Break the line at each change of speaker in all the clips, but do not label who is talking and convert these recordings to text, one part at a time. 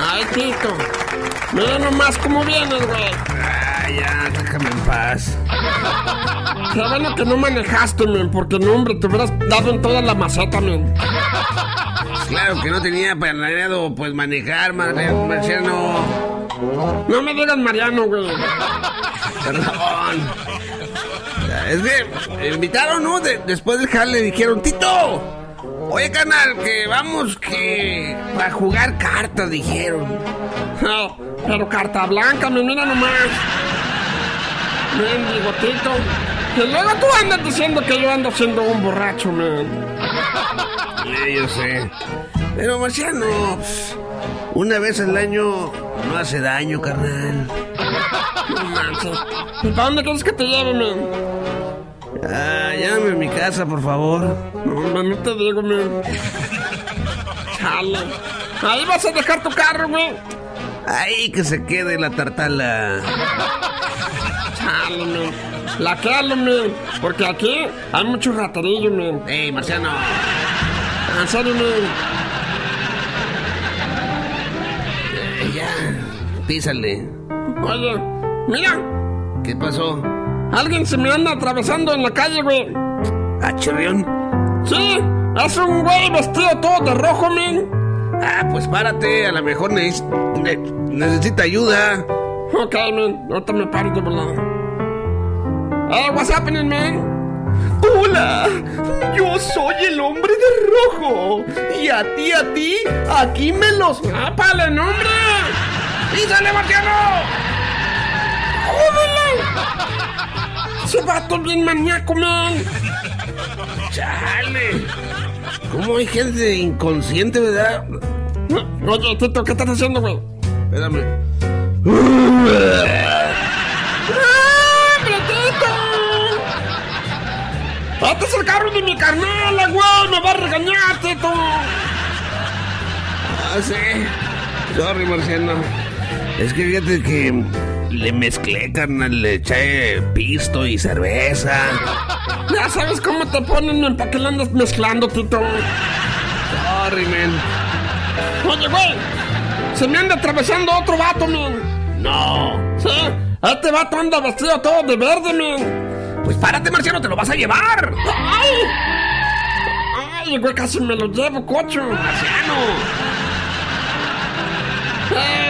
Ay, Tito. Mira nomás cómo vienes, güey.
Ah, ya, déjame en paz.
Qué bueno que no manejaste, men, porque no, hombre, te hubieras dado en toda la maceta, men.
Claro que no tenía planeado, pues, manejar, Mar- Marciano.
No me digas Mariano, güey.
Perdón. Es que me invitaron, ¿no? De- después del jale dijeron, Tito, oye, canal, que vamos que... Para jugar cartas, dijeron.
Ja, Pero carta blanca, men, mira nomás. Mendigo, Tito. Que luego tú andas diciendo que yo ando siendo un borracho, men.
Sí, yo sé. Pero, Marciano, pf, una vez al año no hace daño, carnal.
No manches. ¿Y para dónde quieres que te lleve, men?
Ah, llámame a mi casa, por favor.
No, no, no te digo, men. Chale. Ahí vas a dejar tu carro, güey.
Ahí que se quede la tartala.
Chale, men. La calo, men. Porque aquí hay mucho raterillo, men.
Ey, Marciano.
En serio, men.
eh, Ya, písale.
Oye, mira.
¿Qué pasó?
Alguien se me anda atravesando en la calle, güey.
¿A Ah, chirrión?
Sí, es un güey vestido todo de rojo, men.
Ah, pues párate, a lo mejor neces- ne- necesita ayuda.
Ok, men. Ahorita me paro de volada. Hey, what's happening, men?
Hola, yo soy el hombre de rojo. Y a ti, a ti, aquí me los...
¡Ápale, no, hombre!
¡Písale, Marciano!
¡Jódele! Ese vato es bien maníaco, men.
¡Chale! ¿Cómo hay gente inconsciente, verdad?
Oye, Tito, ¿qué estás haciendo, güey?
Espérame.
¡Hombre, Tito! Este es el carro de mi carnal, güey. Me va a regañar, Tito.
Ah, sí. Sorry, Marciano. Es que fíjate que le mezclé, carnal, le eché pisto y cerveza.
Ya sabes cómo te ponen, men. ¿Para qué le andas mezclando, Tito?
Sorry, men.
Oye, güey. Se me anda atravesando otro vato, men.
No.
Sí, este vato anda vestido todo de verde, men.
Pues párate, Marciano, te lo vas a llevar.
¡Ay! ¡Ay, güey! Casi me lo llevo, cocho.
Marciano.
Hey. Eh,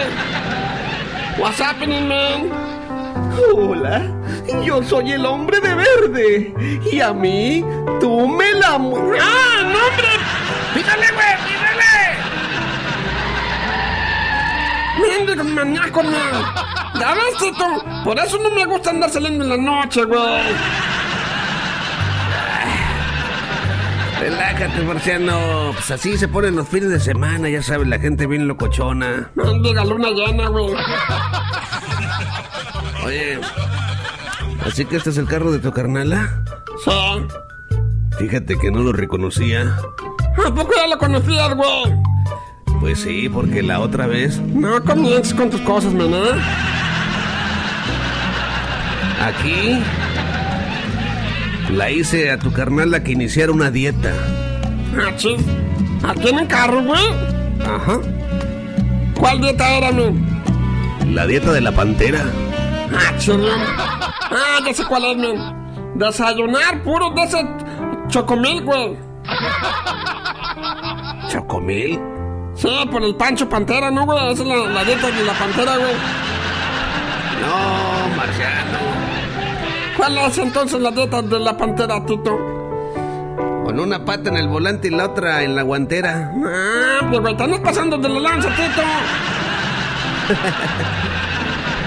What's happening, man?
Hola, yo soy el hombre de verde. Y a mí, tú me la... mu-
¡Ah, no, hombre!
¡Písale, güey!
¡Mendigo
¡Písale!
maníaco, man! ¿Ya ves, Tito? Por eso no me gusta andar saliendo en la noche, güey.
Relájate, Marciano. Pues así se ponen los fines de semana, ya sabes, la gente bien locochona.
¡Mendiga luna llena, güey!
Oye. Así que este es el carro de tu carnala.
Sí.
Fíjate que no lo reconocía.
¿A poco ya lo conocías, güey?
Pues sí, porque la otra vez
No comiences con tus cosas, man, ¿eh?
Aquí la hice a tu carnal a que iniciara una dieta.
Ah, chis. Aquí en el carro, güey.
Ajá.
¿Cuál dieta era, man?
La dieta de la pantera.
Ah, chis, man. Ah, ya sé cuál es, man. Desayunar puro de ese chocomil, güey.
Chocomil.
Sí, por el pancho pantera, ¿no, güey? Esa es la, la dieta de la pantera, güey.
No, Marciano.
¿Cuál es entonces la dieta de la pantera, Tito?
Con una pata en el volante y la otra en la guantera.
Ah, pues, güey, estamos pasando de la lanza, Tito.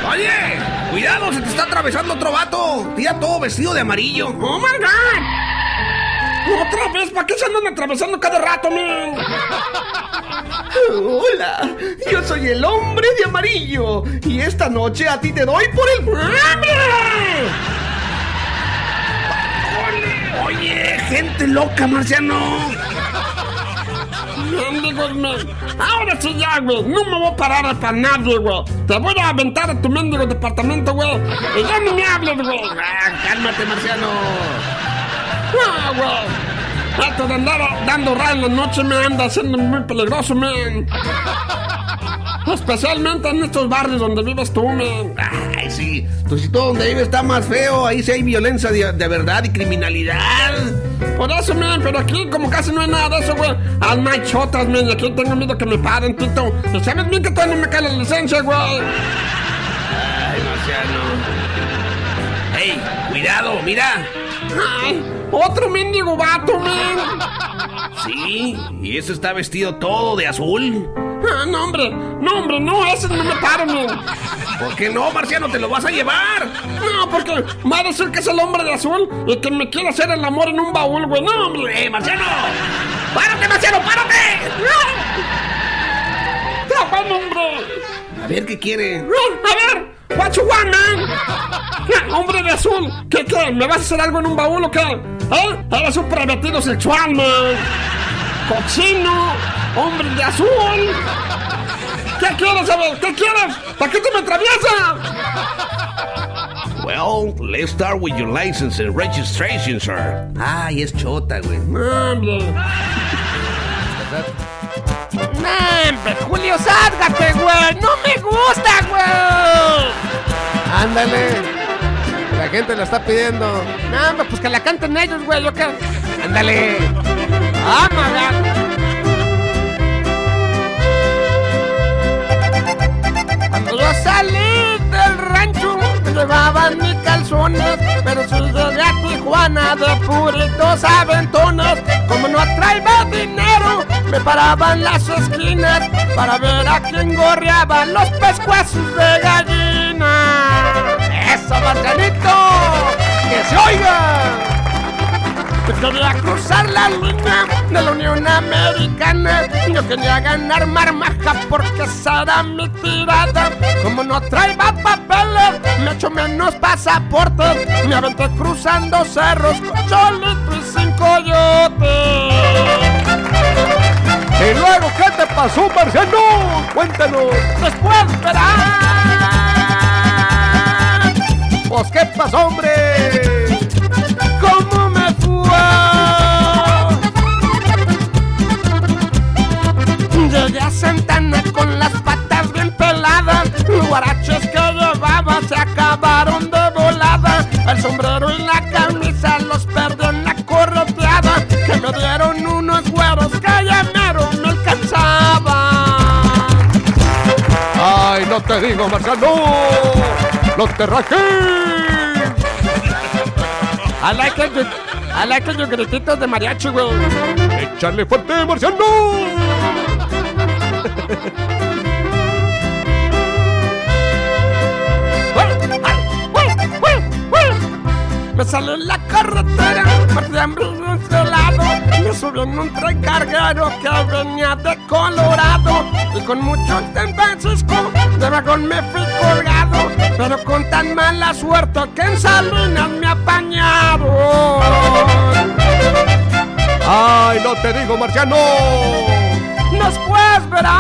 Oye, cuidado, se te está atravesando otro vato. Tía todo vestido de amarillo.
¡Oh, my God! ¡Otra vez! ¿Para qué se andan atravesando cada rato, man?
Hola, yo soy el hombre de amarillo y esta noche a ti te doy por el...
Oye, gente loca, marciano.
Mendigos, men. Ahora sí ya, güey. No me voy a parar para nadie, güey. Te voy a aventar a tu mendigo departamento, güey. Y ya no me hables, güey.
Ah, cálmate, marciano.
Ah, güey. Esto de andar dando ray en la noche me anda haciendo muy peligroso, men. Especialmente en estos barrios donde vives tú, men.
Ay, sí. Tu sitio donde vive está más feo. Ahí sí hay violencia de, de verdad y criminalidad.
Por eso, men, pero aquí como casi no hay nada de eso, güey. Ah, Al machotas, men, y aquí tengo miedo que me paren, Tito. Y sabes bien que todavía no me cae la licencia, güey.
Ay, marciano. Ey, cuidado, mira.
Ay, otro mendigo vato, men.
Sí, y eso está vestido todo de azul.
Ah, no, hombre, no, hombre, no, ese no me paro, men.
¿Por qué no, marciano? Te lo vas a llevar.
No, porque me va a decir que es el hombre de azul y que me quiere hacer el amor en un baúl, güey. No, hombre.
¡Eh, marciano! ¡Párate, marciano, párate!
¡No! ¡Tapame, hombre!
A ver qué quiere.
¡No! A ver, what you want, man? Ja, Hombre de azul, ¿qué, qué? ¿Me vas a hacer algo en un baúl o qué? ¿Eh? Eres un prometido sexual, man. Cochino, hombre de azul. ¿Qué quieres, a ver? ¿Qué quieres? ¿Para qué te me atraviesas?
Well, let's start with your license and registration, sir. Ay, es chota, güey.
No, hombre.
Hombre, Julio, sálgate, güey. No me gusta, güey.
Ándale. La gente lo está pidiendo.
No, hombre, pues que la canten ellos, güey. Yo qué.
Ándale.
Ah, madre. Cuando yo salí del rancho, me llevaban mis calzones. Pero si llegué a Tijuana de puritos aventones. Como no traía dinero, me paraban las esquinas para ver a quién gorreaban los pescuezos de gallina. ¡Eso, Marcelito! ¡Que se oiga! Yo quería cruzar la línea de la Unión Americana. Yo quería ganar marmaja porque esa era mi tirada. Como no traía papeles, me echo menos pasaportes. Me aventé cruzando cerros con cholito y sin coyote.
Y luego, ¿qué te pasó, Marciano? Cuéntanos.
Después verás
Pues, ¿qué pasó, hombre?
cómo me fue. Llegué a Santana con las patas bien peladas, los guaraches que llevaba se acabaron de volada, el sombrero y la camisa los perdí en la correteada, que me dieron unos güeros que ya mero no alcanzaban.
Ay, no te digo, Marciano. Los terraquí.
I like it, I like it, los grititos de mariachi, güey.
Échale fuerte, Marciano.
Me salí en la carretera, perdí hambre y un helado. Me subí en un tren carguero que venía de Colorado. Y con mucho San Francisco, de vagón me fui colgado. Pero con tan mala suerte que en Salinas me apañaron.
Ay, no te digo, Marciano.
Nos puedes verás.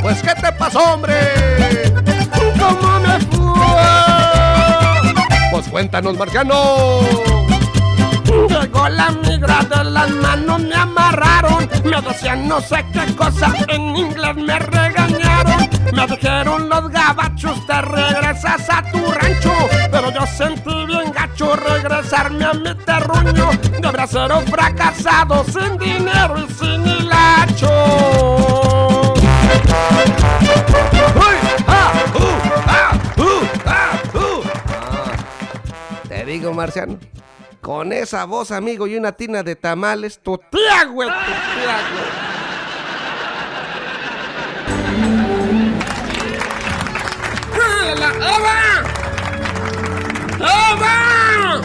Pues, ¿qué te pasó, hombre?
¿Cómo me fue?
Pues cuéntanos, Marciano.
Llegó la migra de las manos, me amarraron. Me decían no sé qué cosa, en inglés me regañaron. Me dijeron los gabachos, te regresas a tu rancho. Pero yo sentí bien gacho regresarme a mi terruño. De bracero fracasado, sin dinero y sin hilacho.
¡Uy! ¡Ah! ¡Uh! ¡Ah! ¡Uh! ¡Ah! ¡Uh!
Te digo, marciano. Con esa voz, amigo, y una tina de tamales, tu
Tía, güey, tu tía, güey.
¡Ah, la Eva! ¡Eva!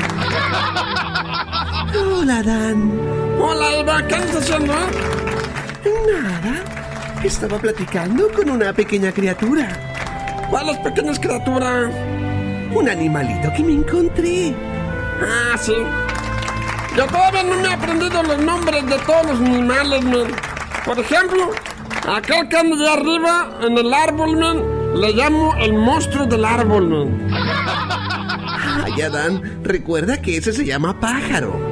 Hola, Dan.
Hola, Alba, ¿qué andas haciendo?
Nada. Estaba platicando con una pequeña criatura.
¿Cuáles pequeñas criaturas?
Un animalito que me encontré.
Ah, sí. Yo todavía no me he aprendido los nombres de todos los animales, man. Por ejemplo, aquel que anda allá arriba en el árbol, man, le llamo el monstruo del árbol, man.
Ay, Adán, recuerda que ese se llama pájaro.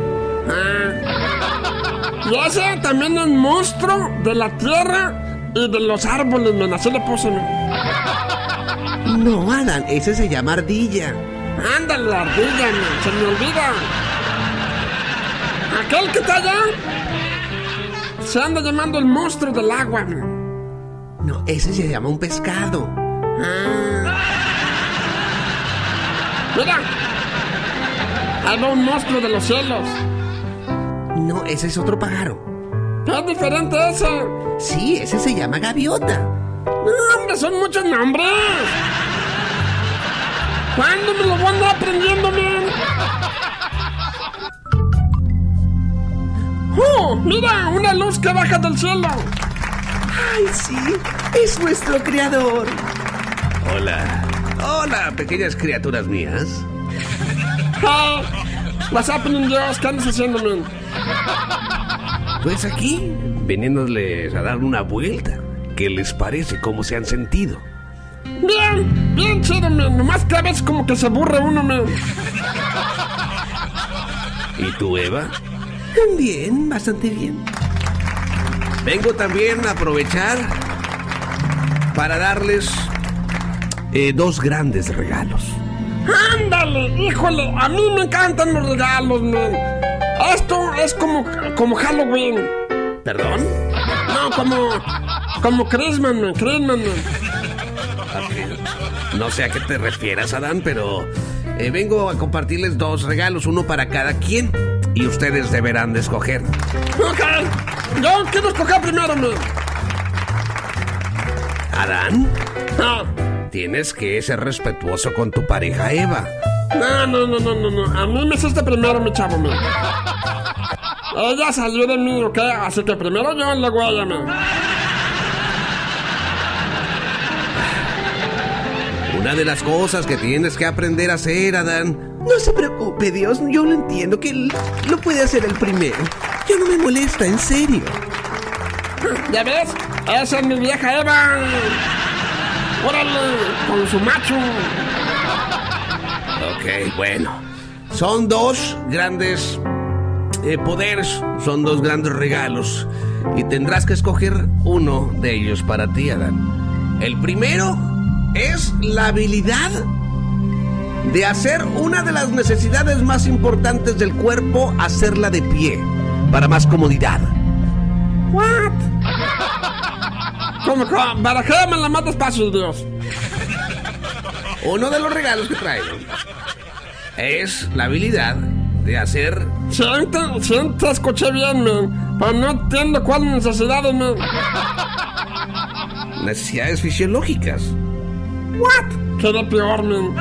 Y ese también es monstruo de la tierra y de los árboles, man. Así le puse, man.
No, Adán, ese se llama ardilla.
Ándale, la ardilla, man. Se me olvida. Aquel que está allá se anda llamando el monstruo del agua, man.
No, ese se llama un pescado.
Mira, ahí va un monstruo de los cielos.
No, ese es otro pájaro.
¿Qué es diferente ese?
Sí, ese se llama gaviota.
No, hombre, son muchos nombres. ¿Cuándo me lo voy a andar aprendiendo, man? ¡Oh! ¡Mira! ¡Una luz que baja del cielo!
Ay, sí, es nuestro creador.
Hola. Hola, pequeñas criaturas mías.
Ah, what's happening, Dios? ¿Qué andas haciendo, man?
Pues aquí, veniéndoles a dar una vuelta. ¿Qué les parece? ¿Cómo se han sentido?
Bien, bien chido, man. Nomás que a veces como que se aburre uno, man.
¿Y tú, Eva?
Bien, bastante bien.
Vengo también a aprovechar para darles eh, dos grandes regalos.
¡Ándale! ¡Híjole! A mí me encantan los regalos, man. Esto es como, como Halloween.
¿Perdón?
No, como. Como Christmas, man. Christmas, man.
No sé a qué te refieras, Adán, pero eh, vengo a compartirles dos regalos, uno para cada quien, y ustedes deberán de escoger.
Ok. Yo quiero escoger primero, man.
Adán,
Ah.
tienes que ser respetuoso con tu pareja Eva.
No, no, no, no, no, no. A mí me hiciste primero, mi chavo, man. Ella salió de mí, ¿ok? Así que primero yo le voy a llamar.
Una de las cosas que tienes que aprender a hacer, Adán.
No se preocupe, Dios, yo lo entiendo, que él lo puede hacer el primero. Yo no me molesta, en serio.
¿Ya ves? Esa es mi vieja Eva. Órale, con su macho.
Ok, bueno. Son dos grandes eh, poderes, son dos grandes regalos. Y tendrás que escoger uno de ellos para ti, Adán. El primero es la habilidad de hacer una de las necesidades más importantes del cuerpo, hacerla de pie, para más comodidad.
What? Como que barajémela más despacio, Dios.
Uno de los regalos que traigo es la habilidad de hacer
Siente, siente, escuché bien, man. Pero no entiendo cuáles necesidades, man.
necesidades fisiológicas.
What? Quedé peor, man.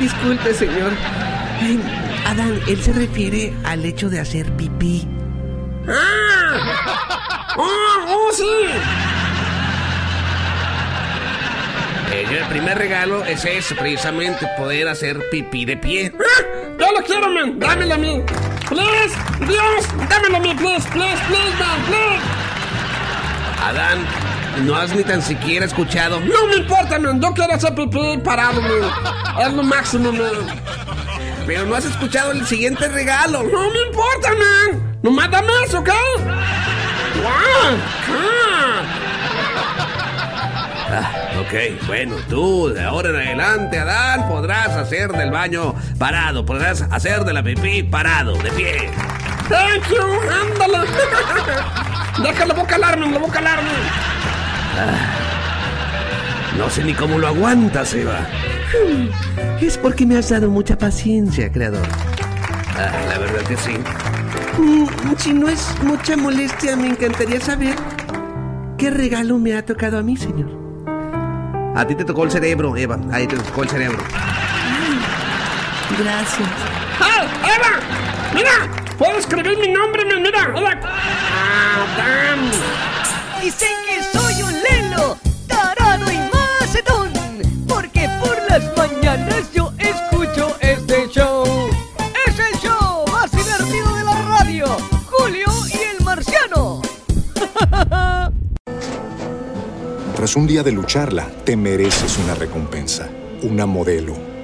Disculpe, señor. Ay, Adán, él se refiere al hecho de hacer pipí.
¡Ah! ¡Oh, oh, sí!
Eh, yo el primer regalo es ese, precisamente, poder hacer pipí de pie.
¡Ah! ¡Yo lo quiero, man! ¡Dámelo a mí! ¡Please! ¡Dios! ¡Dámelo a mí! ¡Please, please, please, man! ¡Please!
Adán, no has ni tan siquiera escuchado.
No me importa, man. Yo quiero hacer pipí parado, man. Es lo máximo, man.
Pero no has escuchado el siguiente regalo.
No me importa, man. Nomás dame eso, ¿ok? ¡Wow! Ah, God.
Ok, bueno, tú de ahora en adelante, Adán, podrás hacer del baño parado, podrás hacer de la pipí parado, de pie.
Thank you, ándale. Déjalo, voy a calarme, lo voy a calarme.
No sé ni cómo lo aguantas, Eva.
Es porque me has dado mucha paciencia, creador.
Ah, la verdad que sí.
Mm, Si no es mucha molestia, me encantaría saber qué regalo me ha tocado a mí, señor.
A ti te tocó el cerebro, Eva. Ahí te tocó el cerebro.
Gracias.
¡Hey, Eva! Mira, puedo escribir mi nombre, mi- mira. Hola. Adam.
Dicen que soy un lelo, tarado y macetón, porque por las mañanas yo escucho este show. Es el show más divertido de la radio, Julio y el Marciano.
Tras un día de lucharla, te mereces una recompensa, una modelo,